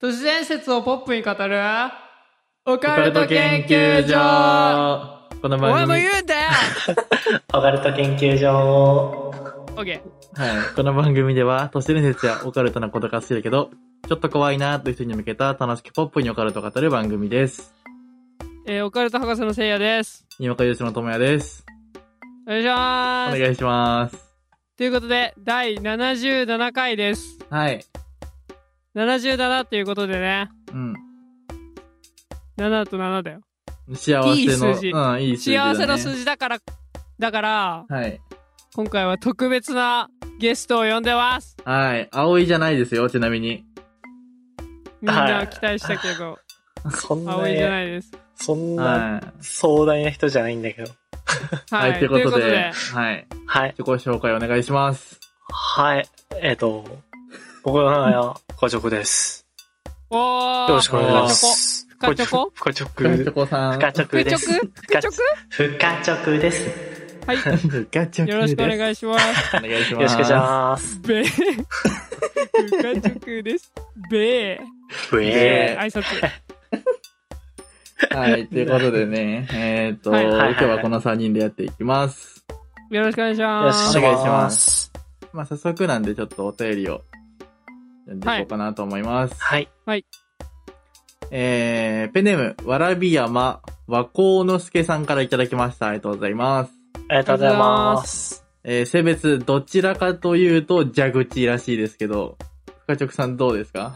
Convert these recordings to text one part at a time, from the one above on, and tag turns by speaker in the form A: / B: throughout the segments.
A: 都市伝説をポップに語るオ
B: オ
A: カルト研究所
B: この
A: お前
B: 番
A: も
B: 組
A: 言、うんだよ
C: オカルト研究所。
A: オッケ
B: はい、この番組では、都市伝説やオカルトなことが好きだけど、ちょっと怖いなーという人に向けた楽しくポップにオカルトを語る番組です。
A: ー、えー、オカルト博士のせいやです
B: にわかゆしのともやです。
A: お願いしま
B: お
A: す
B: 願いします。
A: ということで第77回です
B: はい。
A: 77ということでね
B: うん。
A: 7と7だよ
B: 幸せの、
A: いい数字
B: うん、いい数字、ね。
A: 幸せの数字だからだから
B: はい。
A: 今回は特別なゲストを呼んでます
B: はい。葵じゃないですよ、ちなみに。
A: みんな期待したけど
C: そんな、
A: 葵じゃないです
C: そんな
B: は
C: 壮大な人じゃないんだけど。
B: い。
A: はい、
B: と
A: と
B: い
A: いうう
B: こ
A: ことと
B: で
A: で、
B: はい。
C: はい。
B: 自己紹介お願いします。
C: はい。えっ、と、僕の名前は、深直です。
A: おー
C: よろしくお願いします。
A: 深チョコ
C: 深直。
B: ガチョコさん。
C: 深直
A: 副
C: で
A: 直
C: す。
A: 副直
C: 深直です。
A: はい
B: ガチョコです。
A: よろしくお願いします
B: お願いし
C: よ
B: ま
C: ろ
B: す。
C: しくお願いします。
A: べえ。うかちゅくです。 べえ。
C: ふ
A: 挨
C: え
A: 拶。
B: はい、ということでね、えっ、と、
A: はいはい
C: はい
B: 今日はこの3人でやっていきます。
A: よろしくお願いし
C: ー。よ
A: ま
C: ろし
A: す
C: くお。願い
B: お願い
C: し
B: し
C: ま。
B: ますまあ、早速なんでちょっとお便りを読んでいこうかなと思います。
C: はい。
B: えー、ペンネーム、わらび山和光之助さんからいただきました。ありがとうございます。
C: ありがとうございます。
B: えー、性別、どちらかというと蛇口らしいですけど、深直さんどうですか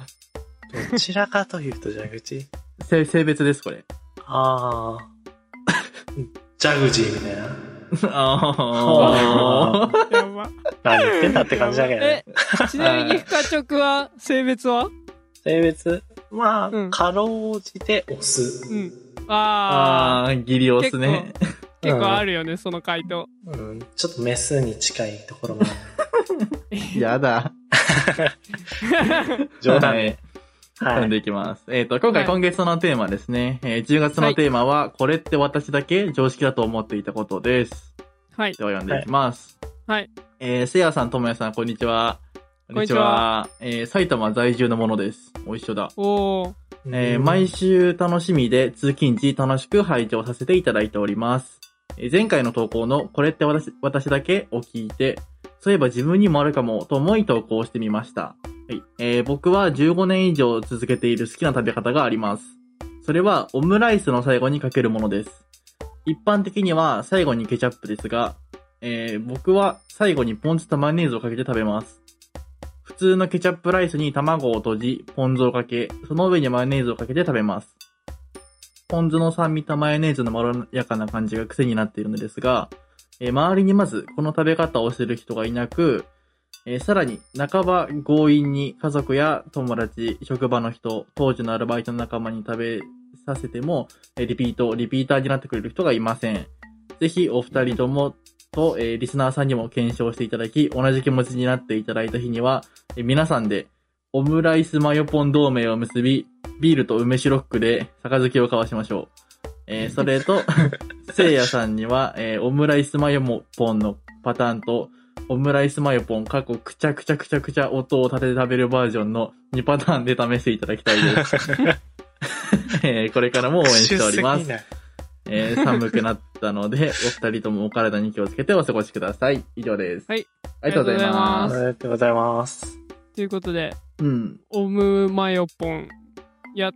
C: どちらかというと、蛇口
B: 性、性別です、これ。
C: ああ。 ジャグジーみたいな。
B: あー
A: やば。
C: 何言ってんだって感じだけどね。
A: え、ちなみに深ちょくは、性別は
C: 性別まあ、
A: うん
C: かろうじてオス。
A: うん。ああ。
B: あー、ギリオスね。
A: 結構あるよね、その回答。
C: うん、ちょっとメスに近いところもある。
B: やだ。
C: 冗談
B: は
C: で。
B: い
C: は
B: 読ん
C: い。
B: でいきます。えっ、と、今
A: は
B: 回
A: い
B: 今月のテーマですね。えー10月のテーマは、これって私だけ常識だと思っていたことです。
A: はい。
B: では読んでいきます。
A: はいはい。
B: えー、せいやさん、ともやさん、こんにちは。こ
A: んにちは。
B: えー埼玉在住のものです。お一緒だ。
A: おー。
B: えー毎週楽しみで通勤時楽しく拝聴させていただいております。えー前回の投稿のこれって私私だけを聞いて、そういえば自分にもあるかもと思い投稿してみました。はいえー僕は15年以上続けている好きな食べ方があります。それはオムライスの最後にかけるものです。一般的には最後にケチャップですが、えー僕は最後にポン酢とマヨネーズをかけて食べます。普通のケチャップライスに卵を閉じ、ポン酢をかけ、その上にマヨネーズをかけて食べます。ポン酢の酸味とマヨネーズのまろやかな感じが癖になっているのですが、えー周りにまずこの食べ方をしている人がいなく、えーさらに半ば強引に家族や友達、職場の人、当時のアルバイトの仲間に食べさせても、えーリピート、リピーターになってくれる人がいません。ぜひお二人ともと、えーリスナーさんにも検証していただき、同じ気持ちになっていただいた日には、えー皆さんで、オムライスマヨポン同盟を結び、ビールと梅酒ロックで、杯を交わしましょう。えーそれと、せいやさんには、えーオムライスマヨポンのパターンと、オムライスマヨポン、過去、くちゃくちゃくちゃくちゃ音を立てて食べるバージョンの2パターンで試していただきたい です。えーこれからも応援しております。えー寒くなったの で、お二人ともお体に気をつけてお過ごしください。以上です。
A: はい。
B: ありがとうございま
C: あり
B: す。
C: がとうございます。
A: ということで、
B: うん。
A: オムマヨポン。や、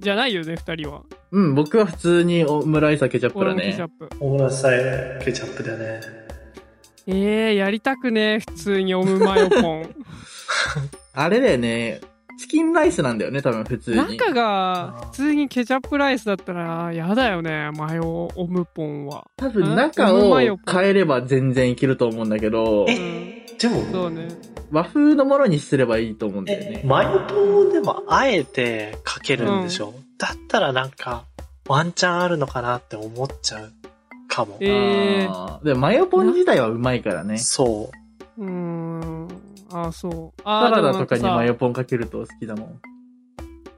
A: じゃないよね、二人は。
B: うん、僕は普通にオムライスはケチャップ
A: オ
B: だ
A: ムケチャ
B: ね
A: ッ。プ。
C: オムライスさえケチャップだね。
A: えー、やりたくね、普通にオムマヨポン。
B: あれだよね。チキンライスなんだよね、多分普通に。
A: 中が普通にケチャップライスだったら嫌だよねマヨオムポンは
B: 多分中
A: うんう
B: を
A: まいよ
B: 変えれば全然いけると思うんだけど、
C: え、で
A: そ
C: も、
A: うね
B: 和風のものにすればいいと思うんだよね。
C: マヨポンでもあえてかけるんでしょ、だったらなんか、ワンチャンあるのかなって思っちゃうかも。
A: ええ
B: あーでもマヨポン自体はうまいからね。
C: そう
A: ーんあそうあ
B: サ
A: ー
B: ラ
A: でも
B: ダ
A: な
B: と
A: んさ
B: かにマヨポンかけると好きだもん。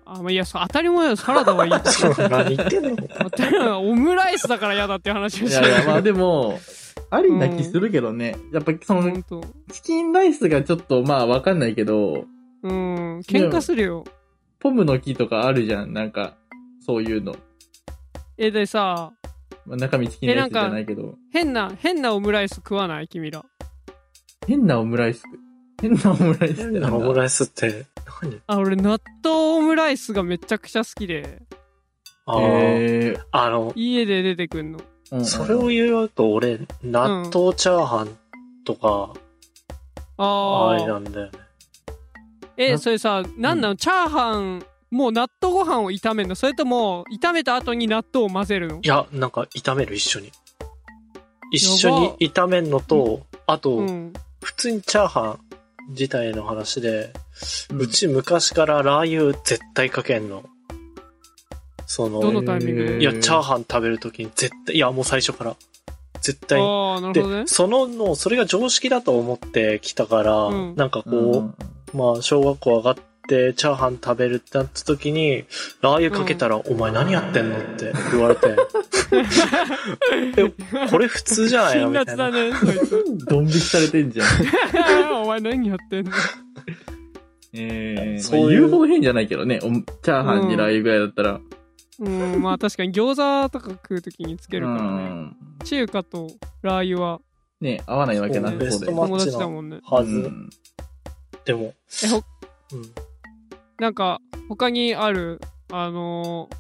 A: あまあいやそう当たり前だよサラダ はいい
C: う。そう、何言ってんの
A: 当たり前オムライスだから嫌だっていう話を
B: い
A: して
B: やいや、まあ
A: る
B: でも、ありな気するけどね。やっぱその
A: 本当
B: チキンライスがちょっとまあわかんないけど、
A: うん喧嘩するよ
B: ポムの木とかあるじゃん。なんか、そういうの。
A: え、でさ、
B: まあ、中身付きのやつじゃないけど。
A: 変な、変なオムライス食わない君ら。
B: 変なオムライス。変なオムライスって
C: 変
B: なんだ
C: なオムライスって何
A: あ、俺、納豆オムライスがめちゃくちゃ好きで、
C: あー
B: へー
C: あの、
A: 家で出てくんの。
B: うんうん
C: それを言うと俺、納豆チャーハンとか、あ
A: あ
C: れ
A: あ
C: な。んだよね。
A: え、
B: な
A: それさ、なんなの、チャーハン、もう納豆ご飯を炒めるのそれとも、炒めた後に納豆を混ぜるの
C: いや、なんか炒める一緒に。一緒に炒めるのと、あと、
A: うん。
C: 普通にチャーハン自体の話で、
B: う
C: うんち昔からラー油絶対かけんの。その、
A: どのタイミング
B: へ
A: で
C: いや、チャーハン食べるときに絶対、いや、もう最初から。絶対に。
A: ああ、なるほどね
C: で、。その、の、それが常識だと思ってきたから、
A: うん
C: なんかこう、
B: うん
C: まあ、小学校上がって、チャーハン食べるってなった時に、ラー油かけたら、お前何やってんのって言われて、これ普通じゃないの
A: 辛
C: みた
A: 辣
C: い
A: だ
C: な。
A: ね、そいつ。
B: ドン引きされてんじゃ ん。
A: お前何やってんの
B: ええ
C: そういう
B: まあ言うほど変じゃないけどね。おチャーハンにラー油ぐらいだったら。
A: うん、まあ確かに餃子とか食うときにつけるから
B: う
A: ね。
B: ん
A: 中華とラー油は
B: ね合わないわけな
A: そう
B: さ
A: ね
B: そうだよね。
A: 友達だもんね。
C: は
B: う
C: ず。
B: ん
C: でも、
A: え、ほ
C: うん。
A: なんか、他にある、あのー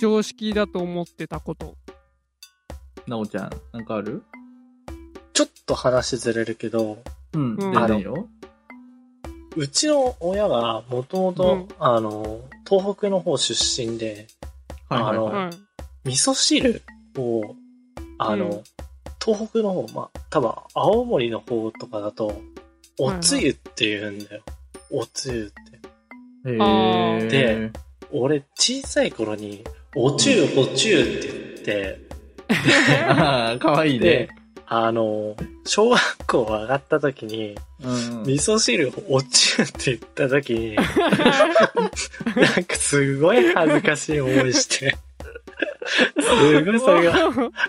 A: 常識だと思ってたこと。
B: なおちゃん、なんかある
C: ちょっと話ずれるけど、
B: うん、
A: うん
B: 全然いいよ。
C: うちの親が、もとも
A: う
C: と
A: ん、
C: あの、東北の方出身で、
B: はいはい
C: あ
B: はい。
C: の
A: はい。
C: 味噌汁を、あの、
A: うん
C: 東北の方、まあ、多分青森の方とかだと、おつゆって言うんだよ。おつゆって。
B: へ
A: あー
B: ー
C: で、俺、小さい頃に、おつゆ、おつゆって
B: あ あ、かわい
C: 言って、
B: いね
C: で。、あの、小学校上がった時に、
B: うん
C: 味噌汁をおつゆって言った時に、なんかすごい恥ずかしい思いして、すごいそれが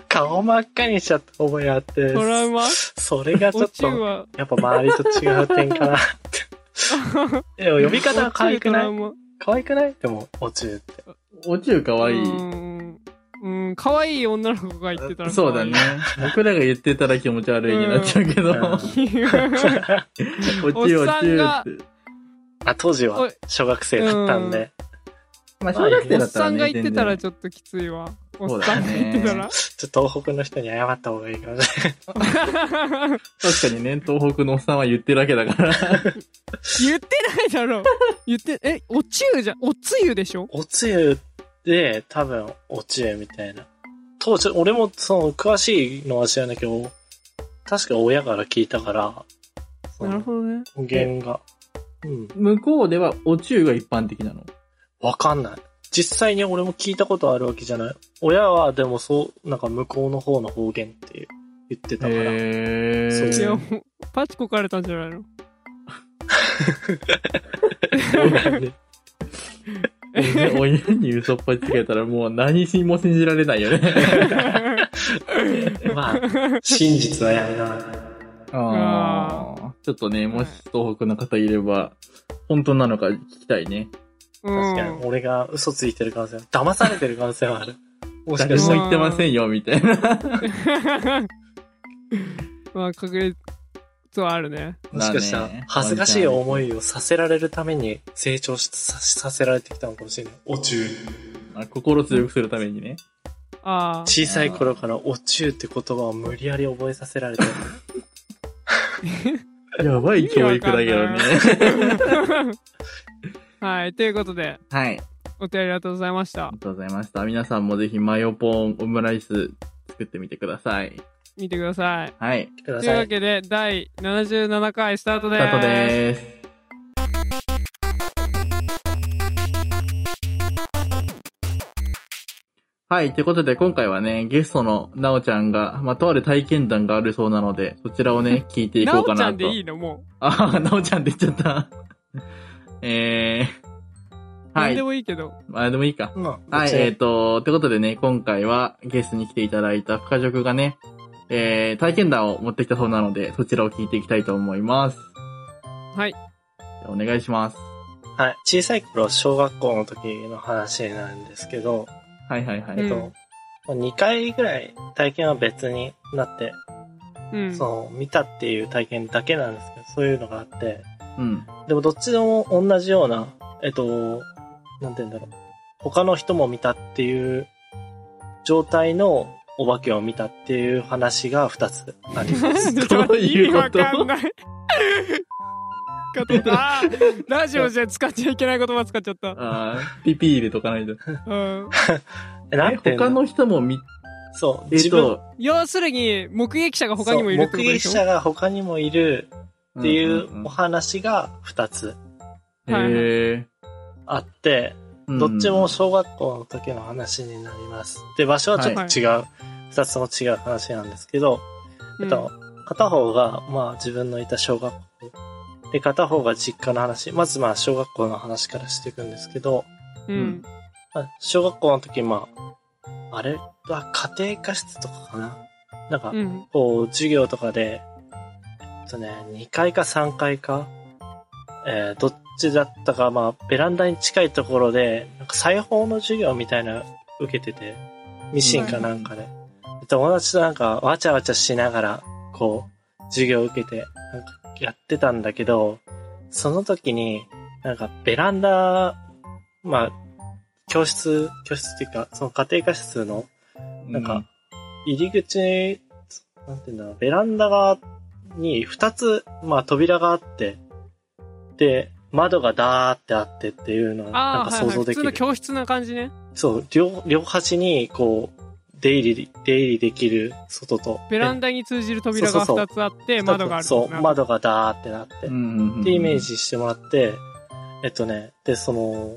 C: 顔真っ赤にしちゃった思いがあって、
A: トラウマ
C: それがちょ
A: お
C: っ
A: 中
C: と、
A: は。
C: やっぱ周りと違う点かなって。でも呼び方は可愛く
A: お中トラ
C: ない
A: ウマ
C: 可愛くないでも、お中って。
B: おちゅうかわいい。
A: うんうん、可愛い女の子が言ってたら。
B: そうだね。僕らが言ってたら気持ち悪いになっちゃうけど。
C: うん
B: おちゅう
A: おっ
B: お
A: さ
B: ちゅ
A: ん
B: う
A: が
B: って。
C: あ、当時
A: お
C: はい小学生だったん
A: う
C: で、
B: まあ、小学生
A: おっ
B: だったら
A: さん
B: ね。
A: が言ってたら
B: 全然
A: ちょっときついわ。お
B: そう
A: っ
B: だ
A: さん
B: ね
A: が言ってたら。
C: ちょっと東北の人に謝った方がいいかもしれない。
B: 確かにね、東北のおっさんは言ってるわけだから。
A: 言ってないだろ。言って、え、おつゆじゃ、おつゆでしょ
C: おつゆで、多分、おつゆみたいな。当時、俺もその、詳しいのは知らないけど、確か親から聞いたから、そ
A: なる
C: の
A: ほどね。
C: 語源が。うん。
B: 向こうではおちゅうが一般的なの。
C: わかんない。実際に俺も聞いたことあるわけじゃない。親はでもそう、なんか向こうの方の方言って言ってたから。
B: へ
C: そう
A: いや、
B: ー
A: も。うパチコかれたんじゃないの
C: そうだよね
B: ね親に嘘っぱちつけたらもう何しも信じられないよね。
C: まあ、 真実はやめな。
B: ああ。ちょっとね、もし東北の方いれば、本当なのか聞きたいね。
A: うん
C: 確かに。俺が嘘ついてる可能性は、騙されてる可能性はある。もし
B: 誰
C: かし
B: も
C: たら、
B: 言ってませんよ、みたいな。
A: まあ、隠れつはあるね。
C: もしかした
B: ま
C: ら
B: あね、
C: 恥ずかしい思いをさせられるために成長しささせられてきたのかもしれない。お中。
B: あ心強くするためにね。
A: ああ。
C: 小さい頃からお中って言葉を無理やり覚えさせられてる。
B: やばい教育だけどね。
A: はい、ということで、
B: はい。あ
A: お手ありがとうございました
B: りが。とうございました。皆さんもぜひマヨポーンオムライス作ってみてください。
A: 見てください。
B: はい。
C: くだ
A: という
C: さ
A: わ
C: い。
A: けで、第77回スタートで
B: ス
A: す。
B: タートでーす。はい。ということで、今回はね、ゲストのなおちゃんが、まあ、とある体験談があるそうなので、そちらを ね、聞いてい
A: な
B: こう
A: お
B: か
A: ちゃ
B: なんと。
A: でいいのも
B: ああ、なおちゃんって言っちゃった。え
A: う。
B: ー、は
A: 何
B: い
A: で。もいいけど。
B: あれでもいいか。
C: まあ
B: はい、
C: 別に
B: えっ、と、ということでね、今回はゲストに来ていただいた深食がね、えー、体験談を持ってきたそうなので、そちらを聞いていきたいと思います。
A: はい。
B: お願いします。
C: はい。小さい頃、小学校の時の話なんですけど、
B: はいはいはい。
C: えっ
A: うん
C: と、2回ぐらい体験は別になって、
A: うん。
C: そう、見たっていう体験だけなんですけど、そういうのがあって、
B: うん。
C: でもどっちでも同じような、えっと、なんて言うんだろう。他の人も見たっていう状態のお化けを見たっていう話が2つあります。
A: ちょっと意味わか
B: どういうこと
A: んない。方 あーラジオじゃ使っちゃいけない言葉使っちゃった。
B: ああ、ピピ入れとかないと。
A: うん。
C: えなん
B: え
C: て言うんだ
B: 他の人も見、
C: そう、
B: えっ
C: 自分
B: と、
A: 要するに、目撃者が他にもいるって
C: そう
A: こと
C: 目
A: で
C: 撃
A: しょ
C: 者が他にもいるってい
B: んん
C: うお
B: ん
C: 話が2つ
A: はい
B: へ
C: あって、
B: ー
C: どっちも、小学校の時の話になります。で、場所はちょっと違う、2つとも違う話なんですけど、えっと、片方が、まあ自分のいた小学校。で、片方が実家の話。まずまあ小学校の話からしていくんですけど、
A: うん。うん。
C: まあ小学校の時、まあ、あれは家庭科室とかかななんか
A: う、ん。
C: こう、授業とかで、えっとね、2階か3階か、えーどっちだったか、まあ、ベランダに近いところで、なんか裁縫の授業みたいなの受けてて、ミシンかなんかで。で友達となんか、わちゃわちゃしながら、こう、授業受けて、なんかやってたんだけど、その時に、なんかベランダ、まあ、教室、教室っていうか、その家庭科室のなんか、入り口、なんていうんだろう、ベランダ側に二つ、まあ扉があって、で、窓がダーってあってっていうのは、
A: あ
C: なん
A: あ、は
C: か
A: い
C: 想
A: はい。
C: 像
A: 普
C: でき
A: 通
C: る。
A: の教室な感じね。
C: そう、両、両端に、こう、出入り、出入りできる外と。
A: ベラン
C: ダ
A: ダに通じる扉が
C: そうそ
A: 2
C: う
A: つあって、窓がある。
C: そう、
A: なるほど。
C: 窓がダーってなって。ってイメージしてもらって、えっとね、で、その、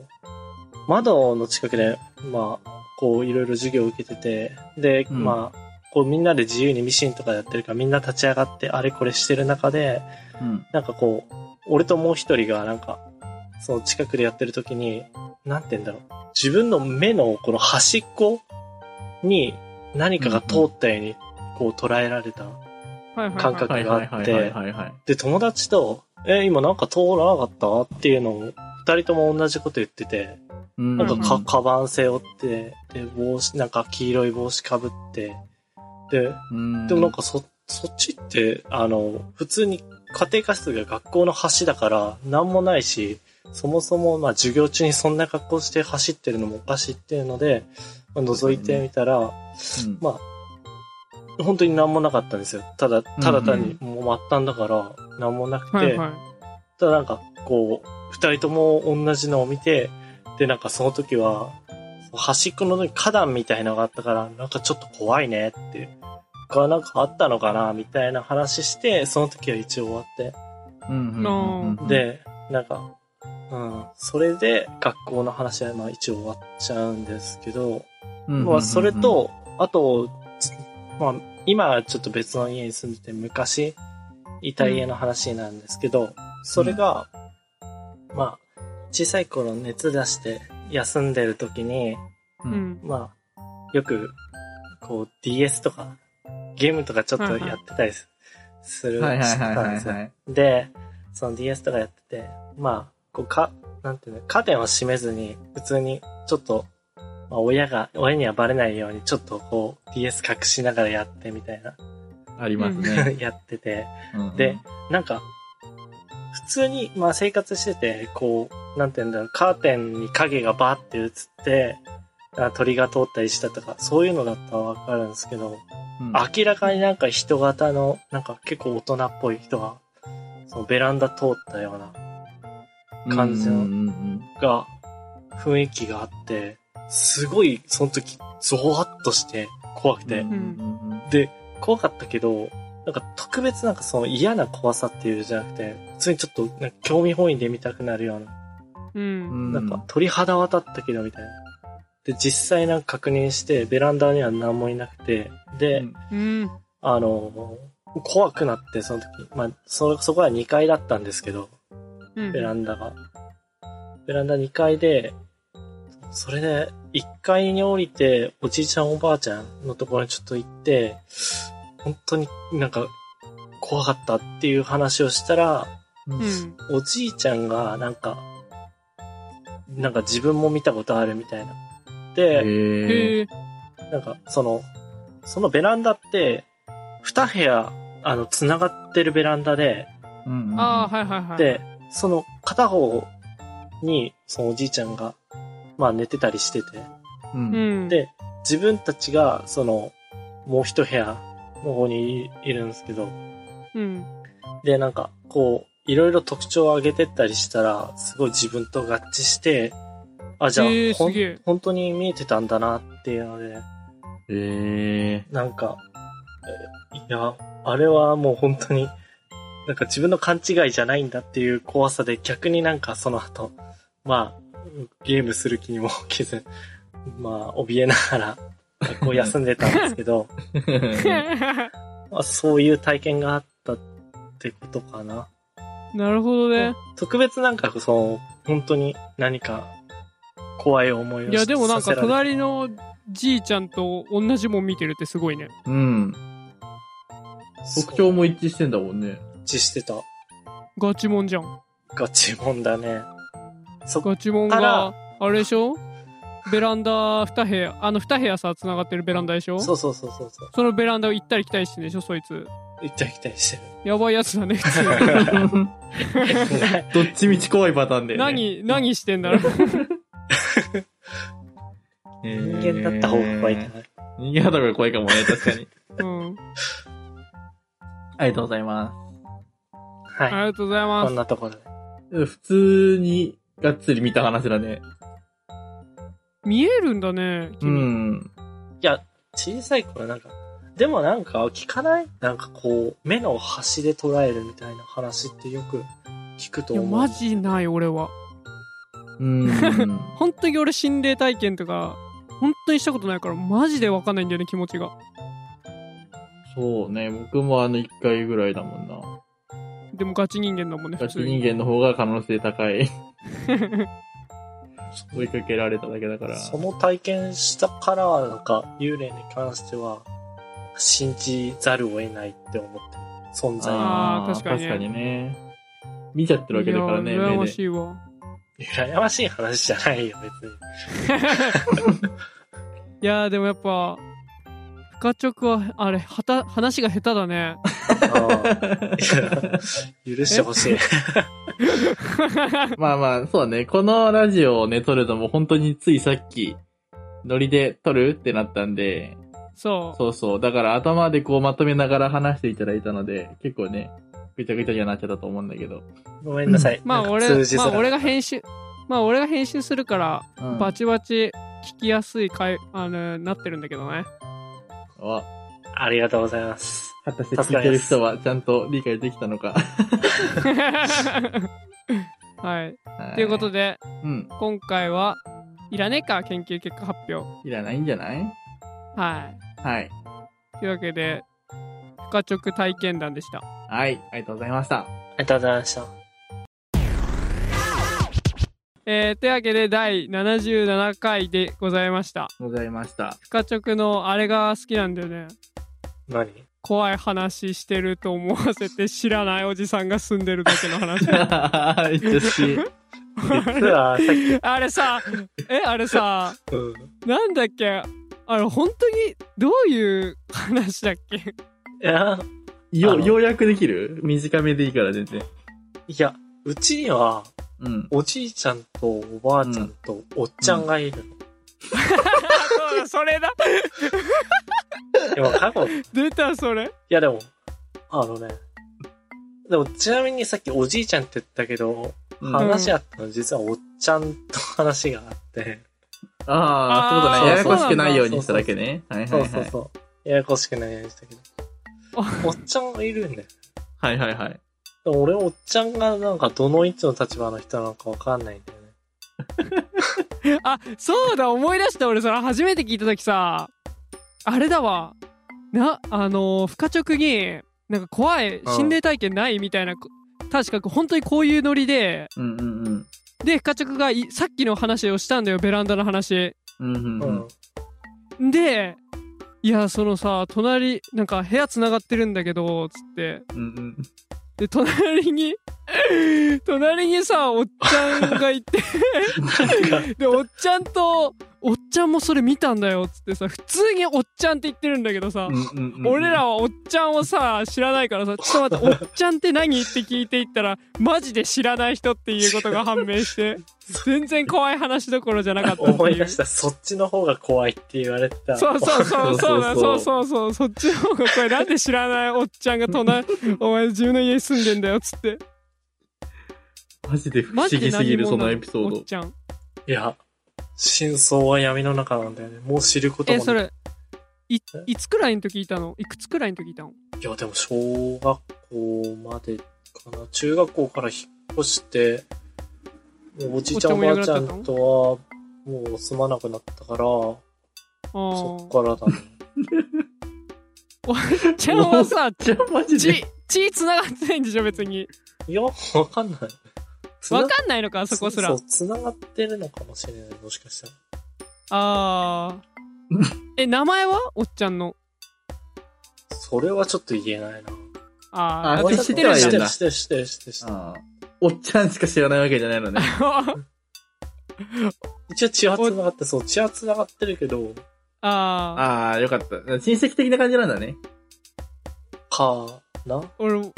C: 窓の近くで、まあ、こう、いろいろ授業を受けてて、で、
B: うん
C: まあ、こう、みんなで自由にミシンとかやってるから、みんな立ち上がって、あれこれしてる中で、
B: うん
C: なんかこう、俺ともう一人が、なんか、その近くでやってる時に、なんて言うんだろう。自分の目のこの端っこに何かが通ったように、こう捉えられた。
A: はいはいはい
C: 感覚
B: はいはいはいはいはいはい。
C: で、友達と、え、今なんか通らなかったっていうのを、二人とも同じこと言ってて、
B: な
C: なんかか、
A: う
C: カバン背負って、で、帽子、なんか黄色い帽子かぶって、で、
B: うん
C: でもなん、かそ、そっちって、あの、普通に家庭科室が学校の橋だから、なんもないし、そもそも、まあ、授業中にそんな格好して走ってるのもおかしいっていうので、まあ覗いてみたら、
B: うん
C: まあ、本当になんもなかったんですよ。ただ、ただ単に、もう末端だから、なんもなくて、
A: はいはい。
C: ただなんか、こう、二人とも同じのを見て、で、なんかその時は、端っこの時花壇みたいなのがあったから、なんかちょっと怖いねって、がなんかあったのかな、みたいな話して、その時は一応終わって。
B: うんうんうんうん、
C: で、なんか、うん、それで学校の話はまあ一応終わっちゃうんですけど、
B: うんうんうんうん、
C: まあそれと、あと、つまあ今はちょっと別の家に住んでて昔いた家の話なんですけど、それが、まあ小さい頃熱出して休んでる時に、
A: う
B: う、
A: んん。
C: まあよくこう DS とかゲームとかちょっとやってたりすする、
B: はいはい
C: して
B: はい
C: たん
B: は
C: で
B: い
C: すよ
B: は。い。
C: で、その DS とかやってて、まあ、こうか、なんていうの、カーテンを閉めずに、普通に、ちょっと、まあ、親が、親にはバレないように、ちょっとこう、DS 隠しながらやってみたいな、
B: あります
A: う
B: ね。
C: やってて、
B: うんうん
C: で、なんか、普通に、まあ生活してて、こう、なんていうんだろう、カーテンに影がバーって映って、あ鳥が通ったりしたとか、そういうのだったらわかるんですけど、
B: うん、
C: 明らかになんか人型の、なんか結構大人っぽい人が、そのベランダ通ったような、感じ
B: う
C: の
B: んうんうん
C: が、雰囲気があって、すごい、その時、ゾワッとして、怖くて。
B: うんうんうん
C: で、怖かったけど、なんか特別なんかその嫌な怖さっていうじゃなくて、普通にちょっと、なんか興味本位で見たくなるような、
A: う。
B: うんん、
C: なんか鳥肌渡ったけどみたいな。で、実際なんか確認して、ベランダには何もいなくて、で、
B: うん
A: うん。
C: あの、怖くなって、その時、まあ、そ、そこは2階だったんですけど、
A: うん。
C: ベランダが。ベランダ2階で、それで、1階に降りて、おじいちゃんおばあちゃんのところにちょっと行って、本当になんか、怖かったっていう話をしたら、
B: う
A: うんん。
C: おじいちゃんがなんか、なんか自分も見たことあるみたいな。で、
B: へえ。
A: へえ。
C: なんかその、そのベランダって、二部屋、あの、繋がってるベランダで、
B: うんうん
A: ああ、はいはいはい。
C: で、その片方に、そのおじいちゃんが、まあ寝てたりしてて、
A: う
B: う。
A: んん。
C: で、自分たちが、その、もう一部屋の方にいるんですけど、
A: うん。
C: で、なんか、こう、いろいろ特徴を上げてったりしたら、すごい自分と合致して、あ、じゃあ、
A: えー
C: ほん
A: すげえ
C: 本当に見えてたんだなっていうので、
B: へえ。
C: なんか、えいや、あれはもう本当に、なんか自分の勘違いじゃないんだっていう怖さで、逆になんかその後、まあ、ゲームする気にも 起きず、まあ、怯えながら、学校休んでたんです けど、まあ、そういう体験があったってことかな。
A: なるほどね。
C: 特別なんかそう、本当に何か怖い思いを
A: いや、でもなん
C: さ
A: か
C: せら
A: 隣
C: れ
A: のじいちゃんと同じもん見てるってすごいね。
B: うん。
C: そう
B: 特徴も一致してんだもん ね。
C: 一致してた。
A: ガチもんじゃん。
C: ガチもんだね。そこ
A: ガチモン
C: から
A: が、あれでしょベランダ2部屋、あの2部屋さ、繋がってるベランダでしょ
C: そうそうそうそうそう。
A: そのベランダを行ったり来たりしてんでしょそいつ。
C: 行ったり来たりしてる。
A: やばいやつだね、普通
B: どっちみち怖いパターンで、ね。
A: 何、何してんだろう。
B: へ
C: 人
B: ー
C: 間だった方が怖いかな。
B: 人間だった方が怖いか もね、確かに。
A: うん。
B: ありがとうござい
A: あ
B: ま
A: り
C: はい。
A: がとうござい
C: こ
A: ま
C: ん
A: す。
C: なところで。
B: す。普通に、がっつり見た話だね。
A: 見えるんだね、
B: う
A: 君。
B: ん。
C: いや、小さい頃なんか、でもなんか聞かないなんかこう、目の端で捉えるみたいな話ってよく聞くと
A: いや、
C: 思う。
A: マジない、俺は。
B: うん。
A: 本当に俺心霊体験とか本当にしたことないからマジで分かんないんだよね気持ちが
B: そうね、僕もあの一回ぐらいだもんな。
A: でもガチ人間だもんね普
B: ガチ
A: 通
B: 人
A: に
B: 間の方が可能性高い。 追いかけられただけだから。
C: その体験したからは、なんか、幽霊に関しては、信じざるを得ないって思ってる。存在が。
A: あー
B: ー
A: 確かにね
B: ね見ちゃってるわけだからね、
A: いやー羨
B: 目
A: ま
B: で
A: し。いわ
C: 羨ましい話じゃないよ、別に。
A: いやーでもやっぱ深直はあれはた話が下手だね
C: あー許してほし い。
B: まあまあ、そうだね。このラジオをね、撮るのも本当についさっき、ノリで撮るってなったんで、
A: そう
B: そうそう。だから頭でこうまとめながら話していただいたので、結構ね、ぐちゃぐちゃにはなっちゃったと思うんだけど。
C: ごめんなさい。
A: まあ
C: なんか
A: 俺
C: 通じづ
A: ま
C: ら
A: あ
C: い
A: 俺が編集まあ俺が編集するから
B: うん。
A: バチバチ聞きやすい回あのなってるんだけどね
B: あ
C: ありがとうございます。
B: 果たして聞いてる人はちゃんと理解できたのか。
A: はいということ
B: で。
A: で
B: うん。
A: 今回はいらねえか研究結果発表
B: いらないんじゃない
A: はい
B: はい。
A: というわけで、深直体験談でした。
B: はい。ありがとうございました。
C: ありがとうございました。
A: えー、というわけで、第77回でございました。
B: ございま した。
A: 深直のあれが好きなんだよね。
C: 何
A: 怖い話してると思わせて知らないおじさんが住んでるだけの話。
B: 一 し
C: 実は、さっき、
A: あれさ、え、あれさ、
C: うん
A: なんだっけあれ、本当に、どういう話だっけ
C: いや、あ
B: よ、
C: の
B: ようやくできる短めでいいから全然。
C: いや、うちには、
B: うん。
C: おじいちゃんとおばあちゃんとおっちゃんがいるの。
A: あ、そうだ、それだ。
C: でも過去
A: 出た、それ。
C: いやでも、あのね、でもちなみにさっきおじいちゃんって言ったけど、
B: うんあ
C: 話あったの実はおっちゃんと話があって、
B: あー、そう
C: あー
B: いうことね。ややこしくないよう
C: そう
B: にし
C: そ
B: た
C: うそう
B: だけね。はいは
C: そ
B: いう
C: そうそう、ややこしくないように したけど、おっちゃんがいるんだよ。
B: はい。はいはいはい。
C: でも俺おっちゃんがなんかどの位置の立場の人なのかわかんないんだよね。
A: あそうだ思い出した俺それ初めて聞いた時さあれだわなあのー深直になんか怖い心霊体験ないみたいなこ確か本当にこういうノリで
B: うんうんうん。
A: で深直がいさっきの話をしたんだよベランダの話
B: うんうん
C: う。
B: うんん。
A: でいやそのさ隣なんか部屋つながってるんだけどつって
B: うん
A: で、隣に、 隣にさ、おっちゃんがいて、
C: なんか、
A: で、おっちゃんと、おっちゃんもそれ見たんだよ、つってさ、普通におっちゃんって言ってるんだけどさ、俺らはおっちゃんをさ、知らないから さ、ちょっと待って、おっちゃんって何って聞いていったら、マジで知らない人っていうことが判明 して、全然怖い話どころじゃなかったってう
C: 思い出した。そっちの方が怖いって言われてた。
A: そうそうそうそうだ
B: そ
A: そうう
B: そ
A: そうそうそっちの方がこれなんで知らないおっちゃんが 隣お前自分の家住んでんだよっつって
B: マジで不
A: マ
B: 思
A: ジで
B: 議すぎ
A: 何
B: る、
A: 者
B: そ
A: な
B: のエピソー
A: おっ
B: ド。
A: ちゃん
C: いや、真相は闇の中なんだよね。もう知ること
A: え
C: も
A: そ
C: ない。
A: れいいつくらいの時いたのいくつくらいの時いたの
C: いや、でも小学校までかな。中学校から引っ越して、もうおじいちゃんお
A: おっちゃんもいなくなっちゃっ
C: ばあちゃ
A: たの
C: んとは、もう住まなくなったから、そ
A: あー
C: っからだね。
A: おっちゃんはさ
B: じゃあマジで。
A: 血血つながってないんでしょ別に
C: いや、わかんない。
A: わかんないのかそこすら
C: そう、繋がってるのかもしれない。もしかしたら。
A: あーえ名前はおっちゃんの
C: それはちょっと言えないな。
A: あ
B: あ
A: ー
B: それ
A: 知
B: 知
A: っ
B: ってて
A: る
B: る
A: ん
B: ん
A: だ
B: だ
C: してる、してる、してる、してる。
B: ああおっちゃんしか知らないわけじゃないのね。
C: 一応血は繋がって、そう、血は繋がってるけど、
A: あー
B: ああ、よかった。親戚的な感じなんだね。
C: かな
A: 俺も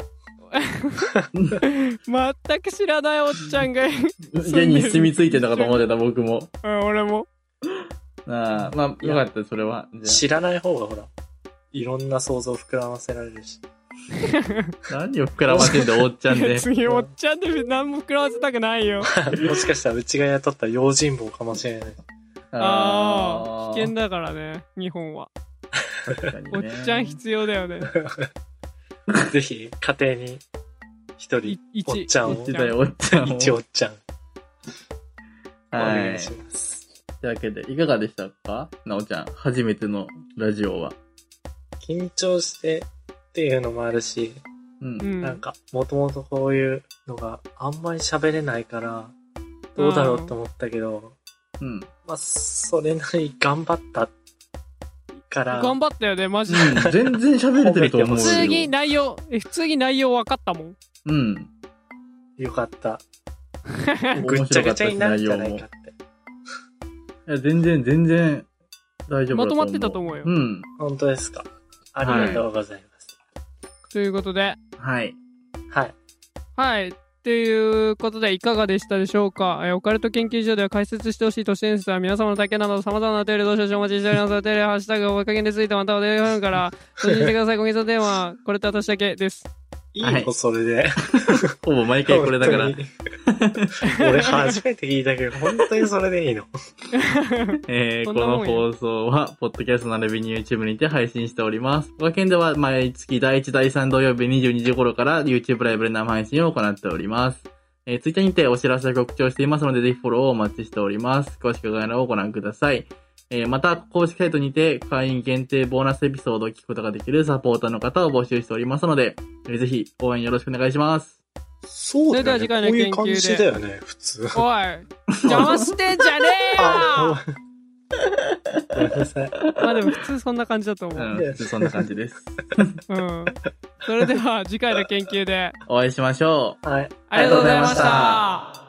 A: 全く知らないおっちゃんがいる、
B: 家に住み着いてたかと思ってた、僕も。
A: うん、俺も
B: ああ、まあ、よかった、それは。じ
C: 知らない方がほら、いろんな想像を膨らませられるし。
B: ゃあ何を膨らませんだ、おっちゃんで。
A: 次おっちゃんで何も食らわせたくないよ
C: もしかしたらうちが雇った用心棒かもし れない。
A: ああ危険
B: だ。
A: だからね日本は
B: 確かに
A: おっ
B: ね
A: ちゃん必要だよね
C: ぜひ、家庭に、一
A: い
C: 人、
A: 一
C: おっちゃんを
B: 言ってたよ、おっちゃんを。
C: 一おっちゃん、お
B: は
C: 願い
B: い。
C: し
B: とい
C: ます。
B: うわけで、いかがでしたかなおちゃん、初めてのラジオは。
C: 緊張してっていうのもあるし、
B: うん。
A: うん
C: なんか、もともとこういうのがあんまり喋れないから、どうだろうと思ったけど、
B: うん。
C: まあ、それなりに頑張ったから、
A: 頑張ったよねマジで
B: うん全然喋れてると思うよ。
A: 普通に内容え普通に内容分かったもん
B: うん。
C: よかった。ぐ
B: 面
C: っち
B: 白か
C: ゃぐ
B: った
C: ちゃ
B: し
C: になる
B: 内
C: んじゃ
B: 容
C: な
B: も。
C: い
B: い
C: かって。
B: や、全然、全然、大丈夫だと思
A: ま
B: う。
A: とまってたと思うよ
B: うん。
C: 本当ですか。ありがとうございます。
A: ということで
B: はい。
C: はい。
A: はい。ということで、いかがでしたでしょうか、えーオカルト研究所では解説してほしい都市伝説は皆様の体験など様々なお便りどうしようお待ちしております。お便りはハッシュタグおかげでついてまたはお便りフォーム から送信してください。ご検討テーマは、これと私だけです。
C: いい
B: は
C: よ、
B: い
C: それで。
B: ほぼ毎回これだから
C: 本。 当に俺初めて聞いたけど、本当にそれでいいの。
B: えー
A: そ
B: こ
A: んなも
B: の
A: んや
B: 放送は、ポッドキャスト並びに YouTube にて配信しております。他県では毎月第1、第3土曜日22時頃から YouTube ライブで生配信を行っております。えー、Twitter にてお知らせ告知をしていますので、ぜひフォローをお待ちしております。詳しく概要欄をご覧ください。えーまた、公式サイトにて会員限定ボーナスエピソードを聞くことができるサポーターの方を募集しておりますので、えーぜひ応援よろしくお願いします。
C: そうだよね。
A: それでは
C: こうい
A: 次回の研究で
C: う感じだよね、普通。
A: おい、邪魔してんじゃねえよ
C: あ、ごめんなさい。
A: まあでも普通そんな感じだと思
B: う
A: う。
B: ん、普通そんな感じです。
A: うん。それでは次回の研究で、
B: お会いしましょう。
C: はい。
A: ありがとうございました。